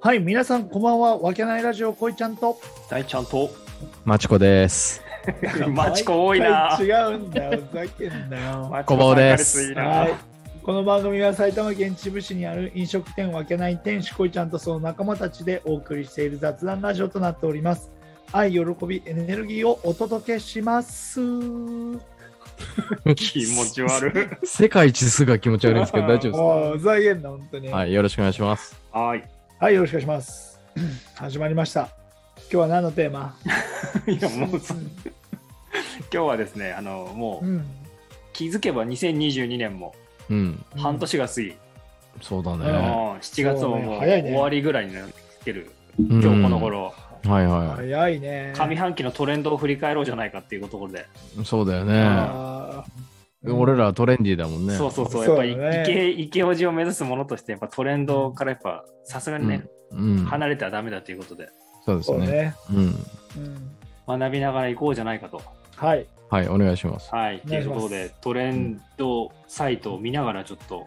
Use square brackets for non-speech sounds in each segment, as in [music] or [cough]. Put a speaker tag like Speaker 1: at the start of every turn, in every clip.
Speaker 1: はい、皆さん、こんばんは。わけないラジオ、こいちゃんと。
Speaker 2: 大ちゃんと、
Speaker 3: マチコです。
Speaker 2: [laughs] マチコ多いな
Speaker 1: 毎。回違うんだよ、ふざけんなよ。
Speaker 2: マチコ
Speaker 3: こんばんはです
Speaker 2: 参加率いいな
Speaker 1: はい。この番組は埼玉県秩父市にある飲食店わけない店主こいちゃんとその仲間たちでお送りしている雑談ラジオとなっております。愛、喜び、エネルギーをお届けします。
Speaker 2: 気持ち
Speaker 3: [laughs]
Speaker 2: 悪
Speaker 3: 世界一すが気持ち悪いんですけど、大丈夫
Speaker 1: おうふざけんな、本当に。
Speaker 2: [laughs]
Speaker 3: です。
Speaker 1: は、
Speaker 3: はいい、よろしくお願いします。
Speaker 2: い。はい。
Speaker 1: よろしくお願いします。 [clears throat] 始まりました。今日は何のテーマ
Speaker 2: いや、もうそ、今日はですね、あの、も
Speaker 1: う
Speaker 2: う、
Speaker 1: ん、
Speaker 2: 気づけば2022年も
Speaker 3: うん、
Speaker 2: 半年が過ぎ、
Speaker 3: そうだ
Speaker 1: うん
Speaker 3: ね。
Speaker 2: もう7月も
Speaker 1: そう
Speaker 2: も
Speaker 1: ね
Speaker 2: う
Speaker 1: 早いね
Speaker 2: 終わりぐらいになってる、
Speaker 3: 今
Speaker 2: 今日この。頃、
Speaker 3: はいは
Speaker 1: 早いね。
Speaker 2: 上半期のトレンドを振り返ろうじゃないかっていうところで、
Speaker 3: い。そうだよね。
Speaker 1: あー
Speaker 3: 俺らはトレンディーだもんね。
Speaker 2: そうそうそう、
Speaker 1: そ
Speaker 2: や
Speaker 1: う
Speaker 2: っ
Speaker 1: だ
Speaker 2: ぱ
Speaker 1: ね
Speaker 2: り、池池おじを目指すものとして、やっぱトレンドからやっぱ、さすがにね、
Speaker 3: うん。
Speaker 2: 離れてはダメだということで、
Speaker 3: そうです
Speaker 1: そう
Speaker 3: ね。
Speaker 1: ね。
Speaker 3: うん。
Speaker 1: うん
Speaker 2: 学びながら行こうじゃないかと。
Speaker 1: はい。
Speaker 3: はい、お願いします。
Speaker 2: はい、
Speaker 1: お
Speaker 2: と
Speaker 1: 願
Speaker 2: い
Speaker 1: いし
Speaker 2: う
Speaker 1: ます
Speaker 2: ことで、トレンドサイトを見ながら、ちょっと、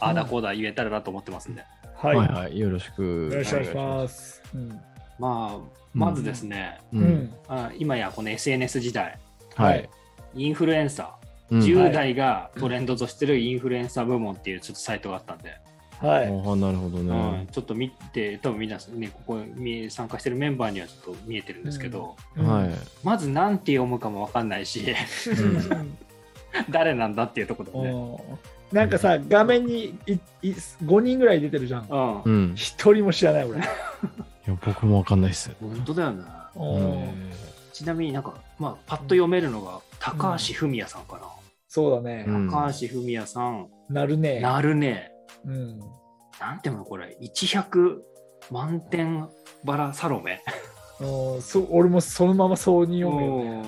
Speaker 2: あーだこうだ言えたらなと思ってますんで、
Speaker 1: は。
Speaker 3: はいいはい、よろしく。
Speaker 1: よろしくお願いします。うん
Speaker 2: まあ、まずですね、
Speaker 3: う。
Speaker 1: うんん。
Speaker 2: あ今やこの SNS 時代、
Speaker 3: はい。
Speaker 2: インフルエンサー、
Speaker 3: うん
Speaker 2: 10代がトレンドとしてるインフルエンサー部門っていうちょっとサイトがあったんで、
Speaker 1: は
Speaker 3: あ
Speaker 1: い。
Speaker 3: ーなるほど
Speaker 2: うん
Speaker 3: ね。
Speaker 2: ちょっと見て、多分みんな、ね、ここに参加してるメンバーにはちょっと見えてるんですけど、
Speaker 3: はい。
Speaker 2: まずなんて読むかもわかんないし、 [laughs]
Speaker 1: うん
Speaker 2: 誰なんだっていうところだね。
Speaker 1: おーなんかさ、画面にいい5人ぐらい出てるじゃん。
Speaker 2: うん
Speaker 3: う、ん。
Speaker 1: 一人も知らない俺。
Speaker 3: いや、僕もわかんないっす。
Speaker 2: 本当だよね。
Speaker 1: お
Speaker 3: うん
Speaker 1: ー
Speaker 2: ちなみになんか、まあ、パッと読めるのが高橋文也さんかな。
Speaker 1: そうだね
Speaker 3: う。ん
Speaker 2: 高橋文也さん、
Speaker 1: なるね。
Speaker 2: なるね。
Speaker 1: うん。
Speaker 2: なんていうのこれ、100満点バラサロメ。
Speaker 1: おーそう俺もそのままそうに読むよ。
Speaker 2: おー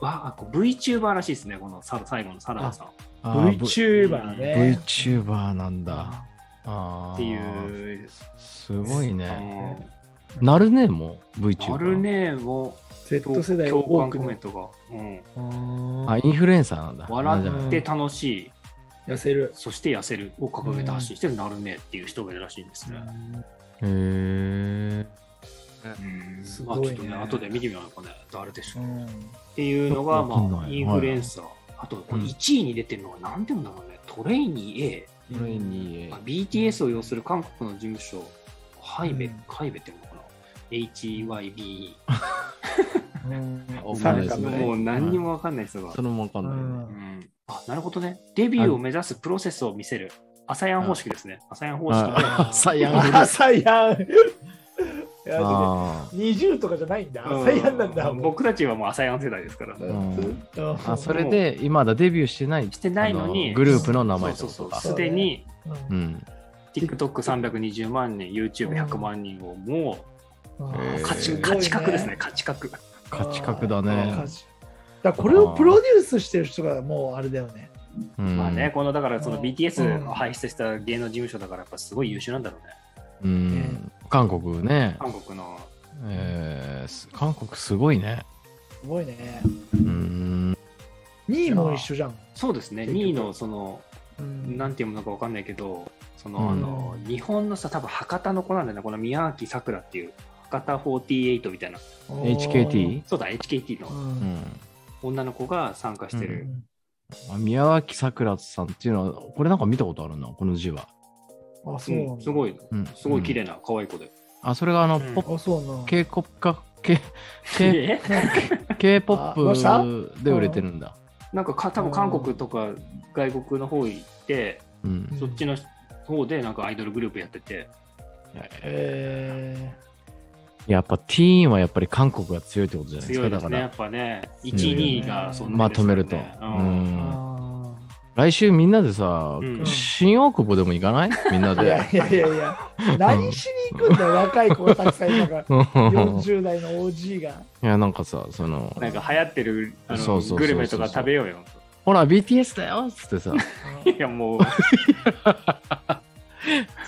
Speaker 2: わあこう VTuber らしいですね、このサ最後のサラダさんっ
Speaker 3: あ
Speaker 1: うん
Speaker 3: ー
Speaker 1: VTuber ね。
Speaker 3: VTuber なんだ。ああ。
Speaker 2: ていう。
Speaker 3: すご
Speaker 2: あ
Speaker 3: いね。
Speaker 2: の
Speaker 3: なるねも VTuber。
Speaker 2: なるねも
Speaker 1: Z 世代
Speaker 2: 共
Speaker 1: 多
Speaker 2: 感
Speaker 1: く
Speaker 2: コメ
Speaker 1: の
Speaker 2: ントが、うん、
Speaker 1: あ
Speaker 3: あ、
Speaker 1: ー
Speaker 3: インフルエンサーなんだ。
Speaker 2: 笑
Speaker 3: なんだ
Speaker 2: って楽しい、
Speaker 1: 痩せる。
Speaker 2: そして痩せるを掲げて発信してるなるねっていう人がいるらしいんですね。
Speaker 3: へえ。
Speaker 2: うん
Speaker 1: す
Speaker 2: まあ
Speaker 1: ごいね
Speaker 2: ちょっとね、後で見てみようかね、誰でしょ
Speaker 1: う
Speaker 2: う。
Speaker 1: ん
Speaker 2: っていうのが、
Speaker 3: わかん
Speaker 2: まあ、
Speaker 3: ない
Speaker 2: インフルエンサー。あと、これ
Speaker 3: うん
Speaker 2: 1位に出てるのが、なんていうんだろうね、トレイニー A。
Speaker 3: これに
Speaker 2: まあ BTS を擁する韓国の事務所、ハイベ、
Speaker 1: うん
Speaker 2: ハイベっていうのかな ?HYBE。
Speaker 1: うん
Speaker 3: お
Speaker 1: さ
Speaker 3: 前
Speaker 1: ら
Speaker 3: で
Speaker 1: か
Speaker 3: す
Speaker 1: の
Speaker 3: ね
Speaker 1: ね
Speaker 2: もう何にもわかんない人が。
Speaker 3: それもわかん
Speaker 1: う
Speaker 3: ないね。
Speaker 2: うんんあ、なるほどね。デビューを目指すプロセスを見せる。アサヤン方式ですね。アサヤン方式で。
Speaker 3: あ、サイヤングルー
Speaker 1: あ、サイヤン。や
Speaker 3: あ
Speaker 1: 20とかじゃないんだ
Speaker 2: う。ん
Speaker 1: サイヤンなんだ。もう
Speaker 2: 僕たちはもうアサヤン世代ですから。
Speaker 3: ーうん
Speaker 1: うん
Speaker 3: あ、それで、今まだデビューしてない
Speaker 2: してないのに、
Speaker 3: あグループの名前って
Speaker 2: そう
Speaker 3: こ
Speaker 2: そ
Speaker 3: と
Speaker 2: うそう。
Speaker 3: か。
Speaker 2: すでに
Speaker 1: うん
Speaker 3: うん。
Speaker 2: TikTok320 万人、YouTube100 万人をも
Speaker 1: あ
Speaker 3: へ
Speaker 2: う
Speaker 3: ー
Speaker 2: 価値,、
Speaker 3: すごいね
Speaker 2: 価値格ですね、価値格。
Speaker 3: 価値格だ
Speaker 1: あー
Speaker 3: ね
Speaker 1: 価。値だからこれをプロデュースしてる人がもうあれだよね。
Speaker 3: うん
Speaker 2: まあね、。このだからそうの
Speaker 1: ん
Speaker 2: BTS を輩出した芸能事務所だから、やっぱすごい優秀なんだろうね。
Speaker 3: うん。韓国ね。
Speaker 2: 韓国の。
Speaker 3: えーす韓国すごいね。
Speaker 1: すごいね。
Speaker 3: うん。
Speaker 1: 2位も一緒じゃん。
Speaker 2: そうですね、
Speaker 1: 結局
Speaker 2: 2位のその、
Speaker 1: うん
Speaker 2: なんていうのかわかんないけど、その
Speaker 3: うん
Speaker 2: あの日本のさ、多分博多の子なんだよね、この宮脇さくらっていう、博多48みたいな、
Speaker 1: おー
Speaker 3: HKT?
Speaker 2: そうだ、HKT
Speaker 1: う
Speaker 2: の
Speaker 3: うんん。
Speaker 2: 女の子が参加してる。
Speaker 3: あ宮脇さくらさんっていうのは、これなんか見たことあるな、この字は。
Speaker 1: あ、そううなん
Speaker 2: ん
Speaker 1: だ。
Speaker 2: すごい、
Speaker 3: うん
Speaker 2: すごい綺
Speaker 3: う
Speaker 2: 麗
Speaker 3: ん
Speaker 2: な、可愛い子で。
Speaker 3: あ、それがあの、
Speaker 2: うん
Speaker 3: ポップ、
Speaker 1: あ、そうなんだ。
Speaker 3: K-POP か、K、K、
Speaker 2: え
Speaker 1: あどうした
Speaker 3: K-POP で売れてるんだ。
Speaker 2: なんかか多分韓国とか外国の方行って、
Speaker 3: うん。
Speaker 2: そっちの方でなんかアイドルグループやってて、
Speaker 1: え
Speaker 3: やっぱティーンはやっぱり韓国が強いってことじゃないで
Speaker 2: 強
Speaker 3: すか。
Speaker 2: いで
Speaker 3: だ
Speaker 2: す
Speaker 3: か
Speaker 2: ね、や
Speaker 3: ら
Speaker 2: っぱね、1、
Speaker 3: 強いよ
Speaker 1: ね
Speaker 2: 2がそんな
Speaker 3: ま
Speaker 2: にです
Speaker 3: と
Speaker 2: か
Speaker 3: め
Speaker 2: ら
Speaker 3: ると。う
Speaker 2: ねうん
Speaker 3: ん
Speaker 1: ー。
Speaker 3: 来週みんなでさ
Speaker 2: うん、
Speaker 3: 新大久保でも行かないみんな
Speaker 1: あーい
Speaker 3: で。。
Speaker 1: やいやいやいや、何しに行くんだよ、若い子がたくさんいるから
Speaker 3: [laughs] い
Speaker 1: 40代の OG が。
Speaker 3: や、なんかさ、その、
Speaker 2: なんか流行ってるあ
Speaker 3: そ
Speaker 2: の
Speaker 3: うそうそうそう
Speaker 2: グルメとか食べようよ。
Speaker 3: ほら、BTS だよっ
Speaker 2: [laughs]
Speaker 3: つってさ。
Speaker 2: いや [laughs] もう、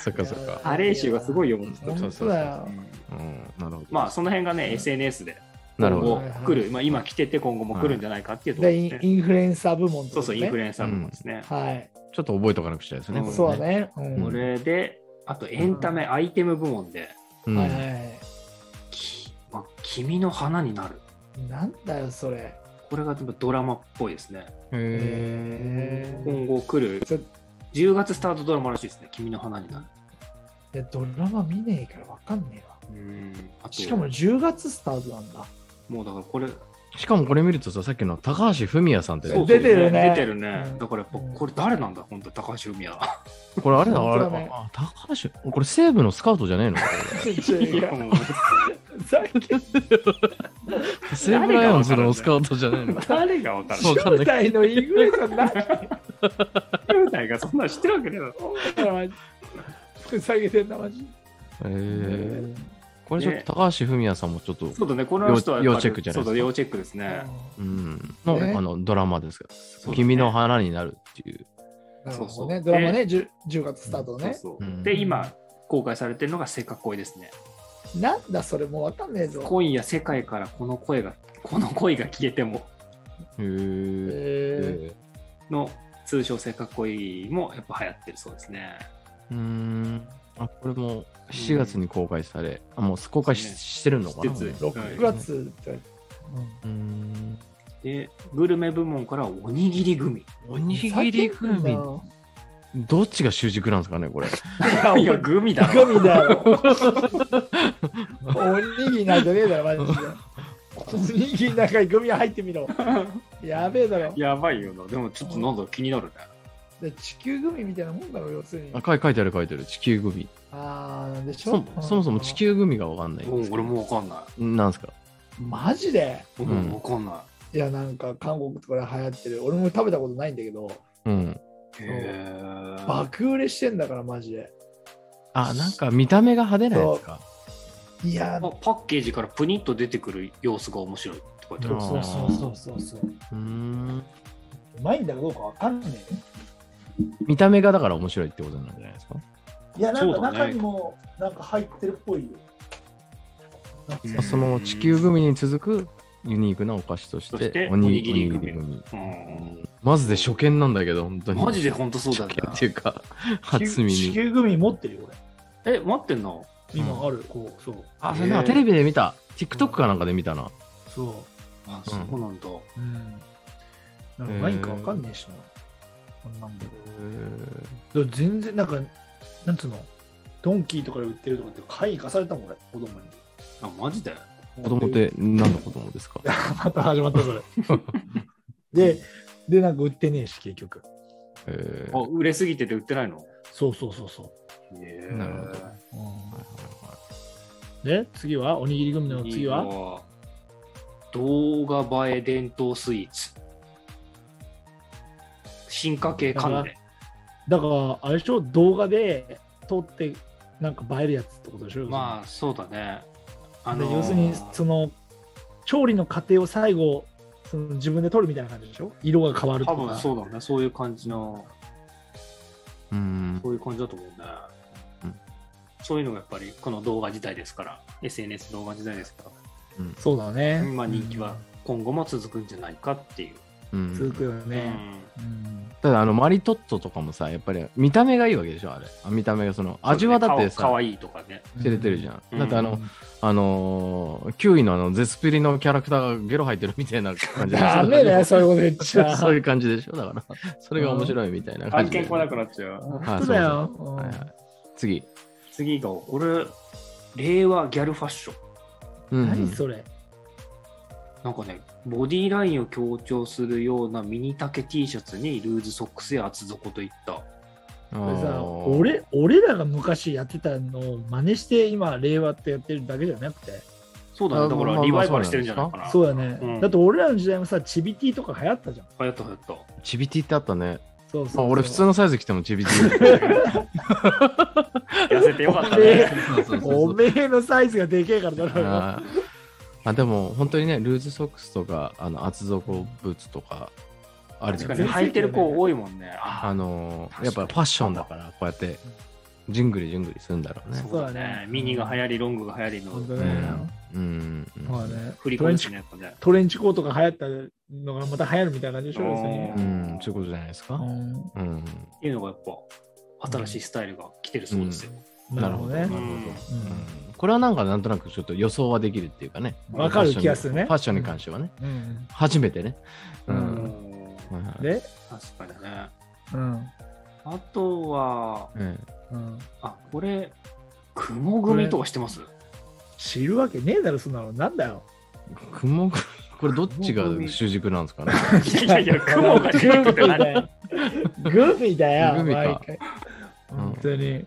Speaker 3: そっかそっか。
Speaker 2: 加齢臭がすごいよ、もう
Speaker 3: そうそうそ
Speaker 1: 本当
Speaker 3: う
Speaker 1: だよ
Speaker 3: うん、なるほど。
Speaker 2: まあ、その辺がね、SNS で
Speaker 3: な
Speaker 2: 今
Speaker 3: るほ
Speaker 2: 後
Speaker 3: ど。
Speaker 2: 来る、まあ、今来てて今後も来るんじゃないかっていうところ
Speaker 1: でイ
Speaker 2: です
Speaker 1: ン
Speaker 2: ね。
Speaker 1: インフルエンサー部門って
Speaker 2: そ
Speaker 1: こ
Speaker 2: う
Speaker 1: と
Speaker 2: そう、
Speaker 1: ね
Speaker 2: インフルエンサーもですね。
Speaker 1: はい。
Speaker 3: ちょっと覚えとかなくちゃですね。
Speaker 2: うん
Speaker 3: これ
Speaker 1: そうだね。う
Speaker 3: うん
Speaker 2: これで、あとエンタメ、アイテム部門で、
Speaker 3: うん
Speaker 1: はいはいはい
Speaker 2: きまあ、君の花になる。
Speaker 1: なんだよそれ
Speaker 2: これがでもドラマっぽいですね。
Speaker 1: へー
Speaker 2: 今後来る
Speaker 1: それ
Speaker 2: 10月スタートドラマらしいですね。君の花になる。
Speaker 1: いやドラマ見ねえからわかんねえわ
Speaker 2: うん。あと
Speaker 1: しかも10月スタートなんだ
Speaker 2: もうだからこれ、
Speaker 3: しかもこれ見るとさ、さっきの高橋文也さんって、
Speaker 2: そう
Speaker 3: ね、
Speaker 1: 出てるね
Speaker 2: 出てるね。
Speaker 1: うん
Speaker 2: だからやっぱこれ誰なんだ、本当高橋文也。
Speaker 3: これあれだ、
Speaker 1: 本
Speaker 3: あれ
Speaker 1: 当だね
Speaker 3: あ高橋、これ西武のスカウトじゃねえの
Speaker 1: 違う
Speaker 2: い
Speaker 1: 違 [laughs]
Speaker 2: や
Speaker 1: う
Speaker 2: もう
Speaker 1: ふざけん
Speaker 3: 西武ライオンズのスカウトじゃねえの
Speaker 2: [laughs] 誰がわかる
Speaker 3: そうわかんな
Speaker 1: 10
Speaker 3: い
Speaker 1: 代のイングレさん何
Speaker 2: 10代がそんなの知ってるわけねえだろ。
Speaker 1: ふざけてんなマジ
Speaker 3: え
Speaker 1: で
Speaker 3: ー、これちょっと高橋文也さんもちょっと、
Speaker 2: そうだね、この人はやっぱり
Speaker 3: 要チェックじゃないですか
Speaker 2: そうだ、要チェックですね。
Speaker 3: うん、の,、
Speaker 1: ね
Speaker 3: あのドラマですけど、
Speaker 2: そうだね
Speaker 3: 君の花になるっていう。
Speaker 1: なる
Speaker 2: そう
Speaker 1: ほ
Speaker 2: そ
Speaker 1: ど
Speaker 2: う
Speaker 1: ねドラマね 10, 10月スタートね
Speaker 2: そうそう
Speaker 3: うん
Speaker 2: で、今、公開されてるのがせっかく恋ですね。
Speaker 1: なんだそれもうわかんねえぞ
Speaker 2: 今夜世界からこの声が、この声が消えても
Speaker 3: へー
Speaker 1: え
Speaker 3: え
Speaker 2: の通称せっかく恋もやっぱ流行ってるそうですね。
Speaker 3: ーうーんあこれも7月に公開され、あもう公開し,、
Speaker 2: ね
Speaker 3: てるのかな
Speaker 2: しつつ
Speaker 1: ー、6月って、
Speaker 3: うーん
Speaker 2: で、グルメ部門からはおにぎり
Speaker 1: [laughs]
Speaker 2: 組。
Speaker 3: おにぎり風味どっちが主軸なんですかねこれ
Speaker 2: いや、グミだろ。
Speaker 1: グミだ [laughs] よ。おにぎりなんじゃねえだろ、マジで。おにぎりの中にグミ入ってみろ。やべえだろ。
Speaker 2: やばいよな。でもちょっと喉気になるね。
Speaker 1: で地球グミみたいなもんだろ、要するに
Speaker 3: あ。書い書いてある書いてある地球グミ
Speaker 1: あーなんでし
Speaker 3: そ
Speaker 1: ょ
Speaker 3: もそもそも地。球グミがわかんないん
Speaker 2: う
Speaker 3: で
Speaker 2: ん
Speaker 3: す、け
Speaker 2: 俺
Speaker 3: ど
Speaker 2: もわかんな
Speaker 3: なんですか
Speaker 1: マジで
Speaker 2: い。
Speaker 3: ん
Speaker 2: うん、わかんない
Speaker 1: や、なんか韓国とかで流行ってる。俺も食べたことないんだけど、
Speaker 3: うん
Speaker 2: い。へー
Speaker 1: 爆売れしてんだから、マジで。
Speaker 3: あなんか見た目が派手なやつか
Speaker 1: いや
Speaker 2: あ、パッケージからプニッと出てくる様子が面白いって書いてある
Speaker 3: そうそうそうそう
Speaker 1: そうそう。う
Speaker 3: うーん
Speaker 1: まいんだかどうかわかんねえ。
Speaker 3: 見た目がだから面白いってことなんじゃないですか
Speaker 1: いや、なんか
Speaker 2: そうだね
Speaker 1: 中にも、なんか入ってるっぽいよ。
Speaker 2: うん
Speaker 3: まあその地球グミに続くユニークなお菓子とし
Speaker 2: そしてて
Speaker 3: おにぎ
Speaker 2: お
Speaker 3: り
Speaker 2: にぎり
Speaker 3: グ
Speaker 2: グ
Speaker 3: ミ
Speaker 2: ミ
Speaker 3: うんマジで初見なんだけど本当に
Speaker 2: マジで本当そうだよ
Speaker 3: 初見
Speaker 2: な
Speaker 3: っていうか初
Speaker 1: 地
Speaker 3: 耳
Speaker 1: 球グミ持ってるよ、
Speaker 2: え、待ってんの
Speaker 1: 俺。今ある、こう、そう。
Speaker 3: あそれなんかテレビで見た TikTok かなんかで見たな
Speaker 1: そ
Speaker 2: あ、そうなんだ。
Speaker 1: う。うん。なんか何かわかんねえしな。こんなんで。だから全然、なんか、なんつうの、ドンキーとかで売ってるとかって、買い行かされたもん、俺、子供に。
Speaker 2: あ、マジで
Speaker 3: 子供って何の子供で
Speaker 2: [laughs]
Speaker 3: すか
Speaker 1: また始まった、そ
Speaker 3: [laughs]
Speaker 1: れ。で、で、なんか売ってねえし、結局。
Speaker 3: えー
Speaker 2: あ、売れすぎてて売ってないの
Speaker 1: そうそうそうそ
Speaker 3: なるほ
Speaker 1: う。うん、で、次は、おにぎりグミの次は
Speaker 2: 動画映え伝統スイーツ。進化系関連。
Speaker 1: だから、あれでしょ、動画で撮って、なんか映えるやつってことでしょ。
Speaker 2: まあ、そうだね。あ
Speaker 1: あ
Speaker 2: のー
Speaker 1: 要するに、その、調理の過程を最後、その自分で撮るみたいな感じでしょ色が変わると
Speaker 2: 多
Speaker 1: か。
Speaker 2: 分そうだね。そういう感じの、
Speaker 3: うん
Speaker 2: そういう感じだと思うね。
Speaker 3: うん
Speaker 2: そういうのがやっぱりこの動画自体ですから、SNS 動画自体ですか
Speaker 1: そうだね
Speaker 2: ら、。まあ人気は今後も続くんじゃないかっていう。
Speaker 1: う
Speaker 3: う
Speaker 1: んん続くよね。
Speaker 2: ね
Speaker 1: うん
Speaker 3: ただあのマリトッツォとかもさやっぱり見た目がいいわけでしょあれあ見た目がその味はだって
Speaker 2: か
Speaker 3: さ
Speaker 2: わいいとかね。
Speaker 3: 知れてるじゃ
Speaker 2: うんん
Speaker 3: だってあ
Speaker 1: う
Speaker 3: の
Speaker 1: ん
Speaker 3: あのー、9位のあのゼスピリのキャラクターがゲロ吐いてるみたいな感じでしょ
Speaker 1: ダメだよ、そういうこと言っちゃ。
Speaker 3: [laughs] そういう感じでしょだから、それが面白いみたいな感じで。
Speaker 2: くなっちゃう。
Speaker 1: 本
Speaker 3: はい
Speaker 1: 当だ
Speaker 3: そ
Speaker 1: よ。
Speaker 3: はいはい、次。
Speaker 2: 次が、これ、令和ギャルファッション。
Speaker 3: う
Speaker 1: う
Speaker 3: んうんん
Speaker 1: 何それ
Speaker 2: なんかね、ボディラインを強調するようなミニ丈 T シャツにルーズソックスや厚底といった。
Speaker 3: あ
Speaker 1: これさ
Speaker 3: ー
Speaker 1: 俺俺らが昔やってたのを真似して今令和ってやってるだけじゃなくて
Speaker 2: そうだね、だ
Speaker 3: あ
Speaker 2: か
Speaker 3: まあま
Speaker 2: ら
Speaker 3: あ
Speaker 2: リバイバルしてるんじゃないかな。
Speaker 1: そう
Speaker 2: う
Speaker 1: だね、
Speaker 2: ん
Speaker 1: だって俺らの時代もさチビティとか流行ったじゃん
Speaker 2: 流行った流行った。
Speaker 3: チビティってあったね。
Speaker 1: そうそう
Speaker 3: あ俺、普通
Speaker 1: の
Speaker 3: のサイズ着てもチビティだよ。
Speaker 2: 痩せてよかった
Speaker 1: え
Speaker 2: ね。
Speaker 3: そうそうそう
Speaker 1: おめえのサイズがでけえからだろ
Speaker 3: あーあでも、本当にね、ルーズソックスとか、あの厚底ブーツとか、 [laughs] あるじ
Speaker 2: 確
Speaker 3: ゃ
Speaker 2: か
Speaker 3: ない
Speaker 2: に
Speaker 3: ですか。
Speaker 2: 履いてる子多いもんね。あ
Speaker 3: あの
Speaker 2: 確か
Speaker 3: ー、
Speaker 2: に
Speaker 3: やっぱファッションだから、こうやって、じんぐりじゅんぐりするんだろうね。
Speaker 2: そうだね。ミニが流行り、ロングが流行り
Speaker 1: 本
Speaker 2: の
Speaker 1: 当
Speaker 3: う
Speaker 1: ね,、
Speaker 3: ん。うん。うん
Speaker 1: まあ、ね
Speaker 2: 振り
Speaker 1: ト
Speaker 2: 子
Speaker 1: レ
Speaker 2: で
Speaker 1: ン
Speaker 2: す
Speaker 1: チ
Speaker 2: ね、やっぱね。
Speaker 1: トレンチコートが流行ったのがまた流行るみたいな感じでしょ要するに
Speaker 3: うん、そういうことじゃないですか。
Speaker 1: うん
Speaker 3: うん。
Speaker 2: っていうのがやっぱ、新しいスタイルが来てるそうですよ。
Speaker 1: なるほどね
Speaker 3: なるほど。うんこれはなんかなんとなくちょっと予想はできるっていうかね。
Speaker 1: わかる気がするね
Speaker 3: ファッションに関してはね。
Speaker 1: うん
Speaker 3: 初めてね。う
Speaker 1: うん
Speaker 3: ん。
Speaker 1: うんで、
Speaker 2: 確かにね。
Speaker 1: うん
Speaker 2: あとは、
Speaker 3: うん
Speaker 1: うん、
Speaker 2: あ、これ、雲組とかしてます
Speaker 1: 知るわけねえだろそんなのなんだよ
Speaker 3: 雲、これどっちが主軸なんですかね。
Speaker 2: [laughs] いやい
Speaker 1: [laughs]
Speaker 2: や、 [laughs] 雲が出てく
Speaker 1: グミ
Speaker 2: る
Speaker 1: だよグミだよ
Speaker 3: グミか
Speaker 1: 毎回本当に
Speaker 2: え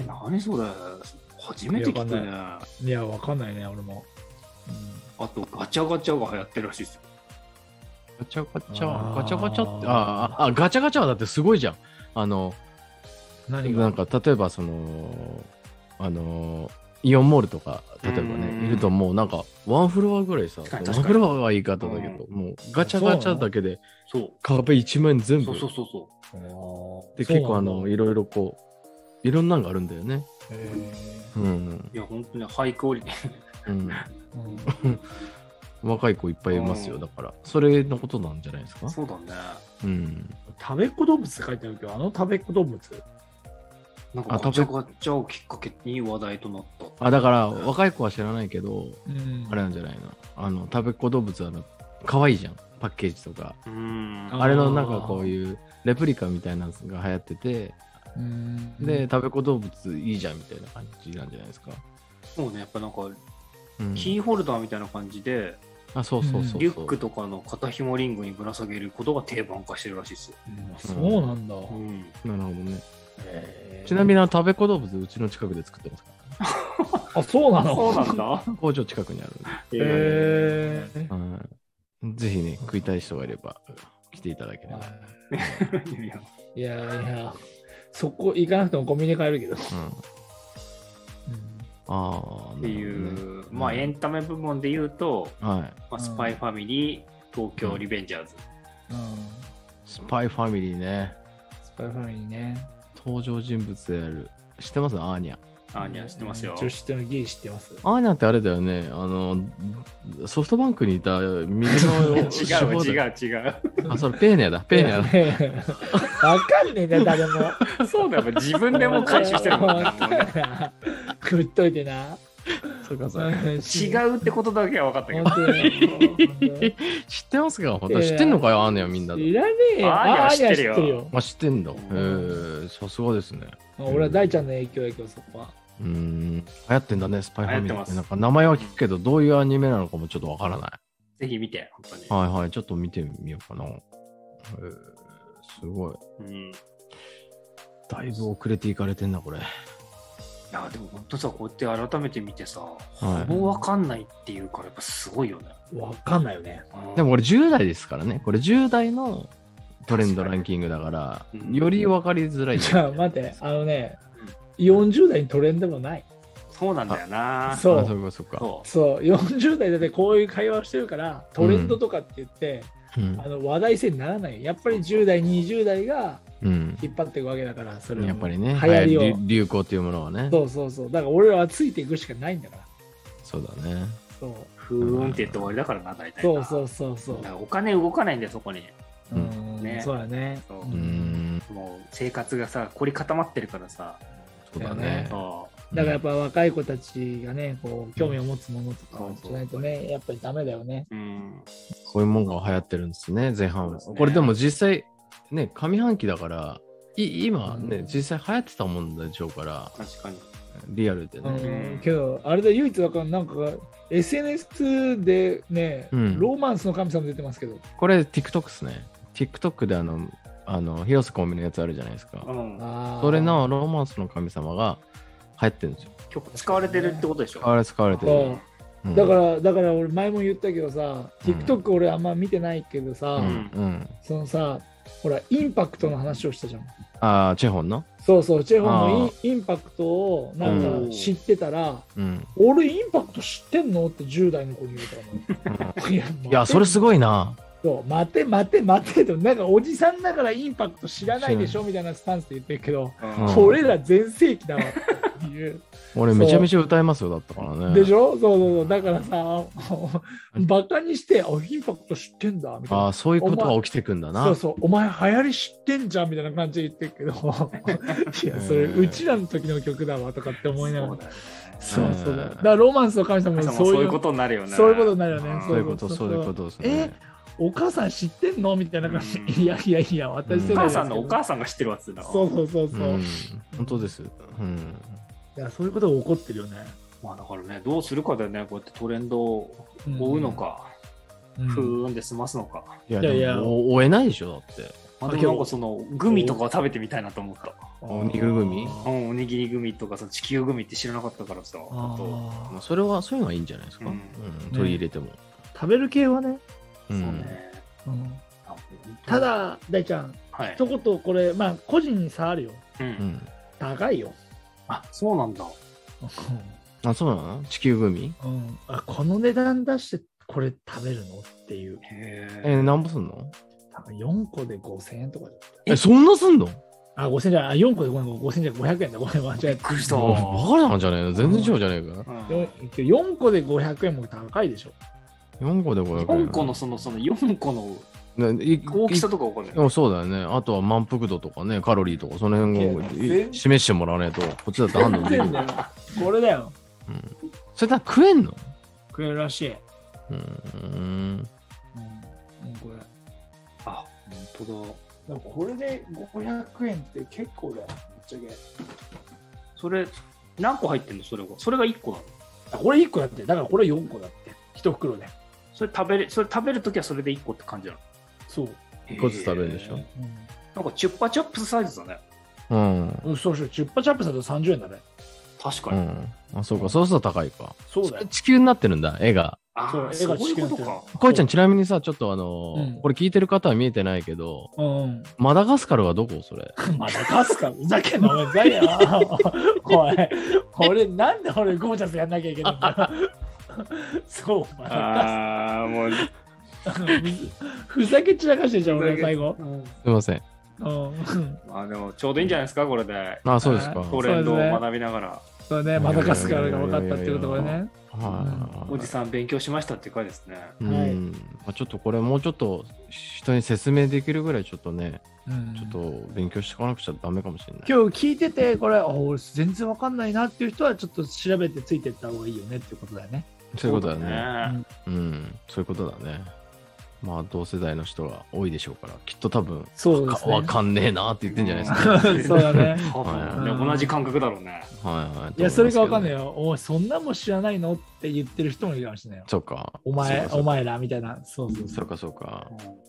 Speaker 2: ー、何それ初めて聞く
Speaker 1: い
Speaker 2: ね。あ
Speaker 1: いやわかんないね俺も、
Speaker 2: と、ガチャガチャが流行ってるらしいですよ。
Speaker 3: ガチャガチ
Speaker 1: あ
Speaker 3: ャ、
Speaker 1: ー
Speaker 3: ガチャガチャって、あーあ、ガチャガチャはだってすごいじゃん。あの、
Speaker 1: うん、何が
Speaker 3: なんか例えばその、あの、イオンモールとか、例えば
Speaker 2: うん
Speaker 3: ね、いるともうなんか、ワンフロアぐらいさ、
Speaker 2: 確か
Speaker 3: ワ
Speaker 2: に
Speaker 3: ンフロアは言い方だけど、もうガチャガチャだけで
Speaker 2: そう。
Speaker 3: 壁一面全
Speaker 2: そ
Speaker 3: 部
Speaker 2: う。そうそうそ
Speaker 3: で、結
Speaker 1: そ
Speaker 3: 構あ
Speaker 1: うなん
Speaker 3: の、
Speaker 1: だ
Speaker 3: いろいろこう、いろんなのがあるんだよね。
Speaker 1: へ
Speaker 3: うんうん
Speaker 2: う。いや、本当にハイクオリティ。
Speaker 3: うん。
Speaker 1: ーうん
Speaker 3: 若い子いっぱいいます
Speaker 2: う
Speaker 3: よ。
Speaker 2: ん
Speaker 3: だから、それのことなんじゃないですか。
Speaker 2: そうだね。
Speaker 3: うん。
Speaker 1: 食べっ子動物って書いてあるけどあの食べっ子動物
Speaker 2: なんか
Speaker 3: あ
Speaker 2: ガチャガチャをきっかけに話題となった。
Speaker 3: あ、だから、若い子は知らないけど、
Speaker 1: うん
Speaker 3: あれなんじゃないのあの、食べっ子動物はあの、可愛いじゃん。パッケージとか。
Speaker 2: うん。
Speaker 1: あ
Speaker 3: あれのなんかこういうレプリカみたいなのが流行ってて、
Speaker 1: うん
Speaker 3: で、食べっ子動物いいじゃんみたいな感じなんじゃないですか。
Speaker 2: そうね、やっぱなんか、
Speaker 3: うん
Speaker 2: キーホルダーみたいな感じで、
Speaker 3: あ、そうそうそうそう。
Speaker 2: リュックとかの肩紐リングにぶら下げることが定番化してるらしいですよ。
Speaker 1: うんそうなんだ、
Speaker 2: ん。
Speaker 3: なるほどね。
Speaker 1: へー
Speaker 3: ちなみにあの、食べっ子動物、うちの近くで作ってますか
Speaker 1: あそうなの
Speaker 2: そうなんだ。
Speaker 3: ら。工場近くにあるんで。
Speaker 1: へえ
Speaker 3: うんぜひね、食いたい人がいれば来ていただければ。
Speaker 2: [laughs] いや
Speaker 1: いやいや、そこ行かなくてもコンビニで買えるけど。
Speaker 3: うん、ああ、
Speaker 2: って
Speaker 3: なるほどね。
Speaker 2: いう、まあエンタメ部門で言うと、
Speaker 3: はい。
Speaker 2: まあ、スパイファミリー、東京リベンジャーズ。
Speaker 1: うん、
Speaker 3: スパイファミリーね。
Speaker 1: スパイファミリーね。
Speaker 3: 登場人物である。知ってますアーニャ。
Speaker 2: あーにゃ知ってますよ。
Speaker 1: 女子ってのギリ知ってます。
Speaker 3: アーニャってあれだよね。あの、ソフトバンクにいた右
Speaker 2: [laughs]
Speaker 3: の
Speaker 2: 違う違う
Speaker 3: う。
Speaker 2: 違う。
Speaker 3: あ、それペーニャだ。ペーニャだ。
Speaker 1: だ。わかんねえんだよ、誰
Speaker 3: [laughs]
Speaker 1: も。
Speaker 2: そうだよ、自分でもう回収してるもんね。
Speaker 1: 食っといてな。
Speaker 3: そうかそうか
Speaker 1: 違
Speaker 2: 違。うってことだけは分かったけ
Speaker 1: 本
Speaker 2: ど。
Speaker 1: 当に。
Speaker 3: 知ってますか本当知ってんのかよ、アーニャみんな。
Speaker 1: いらねえよ。
Speaker 2: あー
Speaker 1: ー
Speaker 2: いや知ってるよ
Speaker 1: いや
Speaker 3: あ、知ってんだ。へえ、さすがですね。
Speaker 1: 俺は大ちゃんの影響やけど、そこは。
Speaker 3: うーん。流行ってんだね、スパイファミリ
Speaker 2: 流行
Speaker 3: ー
Speaker 2: っ
Speaker 3: ってて。
Speaker 2: ます
Speaker 3: なんか名前は聞くけど、どういうアニメなのかもちょっとわからない。
Speaker 2: ぜひ見て、本当に。
Speaker 3: はいはい、ちょっと見てみようかな。へーすごい。
Speaker 2: うん、い
Speaker 3: だいぶ遅れていかれてんな、これ。
Speaker 2: や、でも本当さ、こうやって改めて見てさ、ほぼ分かんないっていうから、やっぱすごいよね。
Speaker 1: わかんないよね。
Speaker 2: うん
Speaker 3: でもこれ10代ですからね。これ10代のトレンドランキングだから、
Speaker 2: 確かに
Speaker 3: より分かりづら
Speaker 1: [laughs]
Speaker 3: い。
Speaker 1: じゃあ待って、あのね、40代にトレンドもない。
Speaker 2: そうなんだよな。
Speaker 1: そ。
Speaker 3: あそううか、そうか。
Speaker 2: そう
Speaker 1: そう40代だってこういう会話をしてるからトレンドとかって言って、
Speaker 3: うん
Speaker 1: あ。の話題性にならないやっぱり10代20代が
Speaker 3: うん
Speaker 1: 引っ張っていくわけだからそれを
Speaker 3: やっぱりね、
Speaker 1: 流行りを
Speaker 3: 流流流行っていうものはね。
Speaker 1: そうそうそうだから俺らはついていくしかないんだから
Speaker 3: そうだね。
Speaker 1: そう
Speaker 2: ふーんって言って終わりだからな、大体
Speaker 1: そ
Speaker 2: な。
Speaker 1: うそうそうそう
Speaker 2: だからお金動かないんだよ、そこに。
Speaker 1: う、
Speaker 3: うん
Speaker 2: ね
Speaker 1: そうだね
Speaker 2: そう
Speaker 1: う
Speaker 3: うー
Speaker 1: ん
Speaker 3: ん、
Speaker 2: もう生活がさ、凝り固まってるからさ。
Speaker 3: そうだね。
Speaker 2: そ
Speaker 1: だからやっぱ若い子たちがねこう興味を持つものとか
Speaker 2: うん
Speaker 1: じゃないとねやっぱりダメだよね
Speaker 2: う。うん。
Speaker 3: こういうもんが流行ってるんですね、前半は。
Speaker 2: そうですね
Speaker 3: これでも実際、ね、上半期だから、い今ね、
Speaker 1: うん
Speaker 3: 実際流行ってたもんでしょうから、
Speaker 2: 確かに。
Speaker 3: リアルで
Speaker 1: う
Speaker 3: ね。
Speaker 1: んけどあれだ唯一だからなんか SNS でね、
Speaker 3: うん
Speaker 1: ロマンスの神様出てますけど
Speaker 3: これ、TikTok っすね。TikTok であの、あの広瀬香美のやつあるじゃないです
Speaker 2: う
Speaker 3: か。
Speaker 2: ん。
Speaker 1: あー
Speaker 3: それのロマンスの神様が流行ってるんですよ。
Speaker 2: 曲使われてるってことでしょ。
Speaker 3: 使われ使われて
Speaker 1: そ
Speaker 3: る。
Speaker 1: う
Speaker 3: うん
Speaker 1: だか、ら、だから俺前も言ったけどさ、
Speaker 3: うん
Speaker 1: TikTok 俺あんま見てないけどさ、
Speaker 3: うん、うん。
Speaker 1: そのさ、ほら、インパクトの話をしたじゃん。
Speaker 3: ああ、チェホンの
Speaker 1: そうそう、チェホンの
Speaker 3: あ
Speaker 1: インインパクトをなん
Speaker 2: う
Speaker 1: か
Speaker 2: ん
Speaker 1: 知ってたら、 [laughs]
Speaker 3: うん。
Speaker 1: 俺インパクト知ってんのって10代の子に言うから
Speaker 3: [laughs]
Speaker 1: いや、
Speaker 3: いや、それす
Speaker 1: い。
Speaker 3: ごいな。
Speaker 1: そう待て待て待てと、なんかおじさんだからインパクト知らないでしょみたいなスタンスで言ってるけど、
Speaker 2: うん
Speaker 3: うん
Speaker 1: これら全盛期だわっていう。
Speaker 3: 俺めちゃめちゃ歌えますよだったからね。
Speaker 1: でしょそうそうそう。だからさ、バカにして、あ、インパクト知ってんだ、みたい
Speaker 3: あ
Speaker 1: な。
Speaker 3: あ、そういうことが起きてくんだな。
Speaker 1: そうそう、お前流行り知ってんじゃんみたいな感じで言ってるけど、いや、それ、うちらの時の曲だわとかって思いながら、
Speaker 3: そ
Speaker 1: そう
Speaker 3: だ
Speaker 1: う
Speaker 3: ね
Speaker 1: そうだ。だから、ロマンスの神様
Speaker 2: そう
Speaker 1: も
Speaker 2: そう
Speaker 1: そう
Speaker 2: い
Speaker 1: いうう
Speaker 2: こ、とになるよね。
Speaker 1: そういうことになるよね
Speaker 2: うん
Speaker 1: そ
Speaker 3: そういうこと、そういうことですね。
Speaker 1: お母さん知ってんのみたいな感
Speaker 2: う
Speaker 1: じ。
Speaker 2: ん
Speaker 1: いやいやいや、私世代で
Speaker 2: お母
Speaker 3: う
Speaker 1: すけど
Speaker 2: さんのお母さんが知ってるわっつうな。
Speaker 1: そうそうそうそうう。
Speaker 3: ん
Speaker 1: い、
Speaker 3: 本当です。うん。
Speaker 1: や、そういうことが起こってるよね。
Speaker 2: まあだからね、どうするかだよね、こうやってトレンドを
Speaker 1: うん
Speaker 2: 追うのか、
Speaker 1: うん
Speaker 2: ふーんで済ますのか。
Speaker 3: いや、
Speaker 1: いやいや
Speaker 3: でもお追えないでしょ、だって。
Speaker 2: まあ、でもなんかその、グミとかを食べてみたいなと思った。
Speaker 3: お肉組
Speaker 1: あ
Speaker 2: うん、おにぎりグミとか、その地球グミって知らなかったからさ、あと、
Speaker 1: ー
Speaker 3: まあ、それは、そういうのはいいんじゃないですか。
Speaker 2: う
Speaker 3: うんん、取り入れても。
Speaker 1: 食べる系はね、
Speaker 3: う。
Speaker 2: そうんね。
Speaker 1: うん
Speaker 2: あ
Speaker 1: た、だ大ちゃん
Speaker 2: はい。
Speaker 1: 一言これまあ個人に差あるよ
Speaker 2: う。
Speaker 3: うんん。
Speaker 1: 高いよ、
Speaker 2: あ、そうなんだ。
Speaker 3: あ、そうなの地球組
Speaker 1: うん、あこの値段出してこれ食べるのっていう
Speaker 2: へ
Speaker 3: え
Speaker 2: え。
Speaker 3: ー、なんぼすんの
Speaker 1: 多分4個で5000円とかだった
Speaker 2: え
Speaker 3: え、そんなすんの
Speaker 1: あ5000円じゃないあ4個でごめん5000円じゃない500円だごめん間違
Speaker 2: び
Speaker 1: え
Speaker 2: ったくりした。
Speaker 3: バカなんじゃねえの全然違うじゃねえか。
Speaker 2: うん
Speaker 1: よ4個で500円も高いでしょ
Speaker 3: 4個で500円。
Speaker 2: 4個のその、その4個の
Speaker 3: ねい
Speaker 2: 大きさとかわかんない。
Speaker 3: でもそうだよね。あとは満腹度とかね、カロリーとか、その辺を
Speaker 1: いや
Speaker 3: い示してもらわないと、こっちだって判
Speaker 1: [laughs]
Speaker 3: 断でき
Speaker 1: 全
Speaker 3: ない。
Speaker 1: 然これだよ
Speaker 3: うんそれだ食えんの
Speaker 1: 食えるらしい、うん
Speaker 3: うーん。
Speaker 1: うん、これだか
Speaker 2: あ、本当だ。
Speaker 1: らこれで500円って結構だよぶっちゃけ
Speaker 2: それ、何個入ってんのそれが。それが1個なの。
Speaker 1: あこれ1個だってだからこれ4個だって1袋で
Speaker 2: それ食べれ、それ食べるときはそれで1個って感じなの。
Speaker 1: そう、
Speaker 3: 一個ずつ食べるでしょ
Speaker 2: へーなんかチュッパチャップスサイズだね。
Speaker 3: うん。
Speaker 1: うん、そうそうチュッパチャップスだと30円だね
Speaker 2: 確か
Speaker 3: う
Speaker 2: に。
Speaker 3: ん。あ、そうか。そうすると高いか。
Speaker 1: そうだよ
Speaker 3: 地球になってるんだ、絵が。
Speaker 2: あ
Speaker 1: そう
Speaker 2: あ、
Speaker 1: 絵
Speaker 2: そ
Speaker 1: が
Speaker 2: ういうことか。
Speaker 3: こいちゃん、ちなみにさ、ちょっとあの
Speaker 1: うん
Speaker 3: ー、これ聞いてる方は見えてないけど、
Speaker 1: うん、
Speaker 3: マダガスカルはどこそれ。
Speaker 1: まだか [laughs] すかふざけんなお前ふざけんな [laughs] おい俺なんで俺ゴージャスやんなきゃいけないんだ [laughs] そうまだ
Speaker 2: ああ、もう。
Speaker 1: かすふざけ散らかしてんじゃん俺最後
Speaker 3: すいません。
Speaker 1: うん
Speaker 2: まあでも、ちょうどいいんじゃないですか、これで。
Speaker 3: あ、そうですか。
Speaker 1: あ
Speaker 2: ト
Speaker 3: はい
Speaker 2: レンドを学びながら、
Speaker 1: そうねまだかすかが分かったってことこれね
Speaker 2: おじさん勉強しましたっていう回ですね。
Speaker 3: う
Speaker 1: はい
Speaker 3: ん。まあちょっとこれもうちょっと人に説明できるぐらいちょっとね、
Speaker 1: うん
Speaker 3: ちょっと勉強していかなくちゃダメかもしれない。
Speaker 1: 今日聞いててこれあ俺全然分かんないなっていう人はちょっと調べてついてった方がいいよねっていうことだよね
Speaker 3: そういうことだね。
Speaker 2: ね。
Speaker 3: うん、そういうことだね。まあ、同世代の人が多いでしょうから、きっと多分、
Speaker 1: そうで
Speaker 3: わ
Speaker 1: す
Speaker 3: か
Speaker 1: ね
Speaker 3: わかんねえなって言ってんじゃないですか。
Speaker 1: そうだ
Speaker 3: [laughs]
Speaker 1: ね
Speaker 2: 多
Speaker 1: う
Speaker 2: 分
Speaker 1: ん
Speaker 2: ね同じ感覚だろうね。
Speaker 3: はいはい。
Speaker 1: いや、それがわかんない
Speaker 3: よ。
Speaker 1: よ。おい、そんなもん知らないのって言ってる人もいるかもしれないよ。
Speaker 3: そうか。
Speaker 1: お前、
Speaker 3: そう
Speaker 1: お
Speaker 3: か
Speaker 1: 前らみたいな。そうそうそ
Speaker 3: そう
Speaker 1: う。
Speaker 3: か、そうか。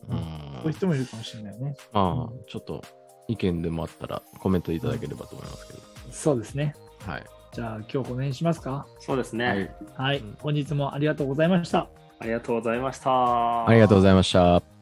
Speaker 3: う
Speaker 1: うん
Speaker 3: ん。
Speaker 1: そういう人もいるかもしれないよね。
Speaker 3: まあ、ちょっと意見でもあったらコメントいただければと思いますけど。
Speaker 1: そうですね。
Speaker 3: はい。
Speaker 1: じゃあ、今日この辺にしますか。
Speaker 2: そうです
Speaker 3: は
Speaker 2: ね
Speaker 3: い。
Speaker 1: はい
Speaker 3: うん。
Speaker 1: 本日もありがとうございました。
Speaker 2: ありがとうございました。
Speaker 3: ありがとうございました。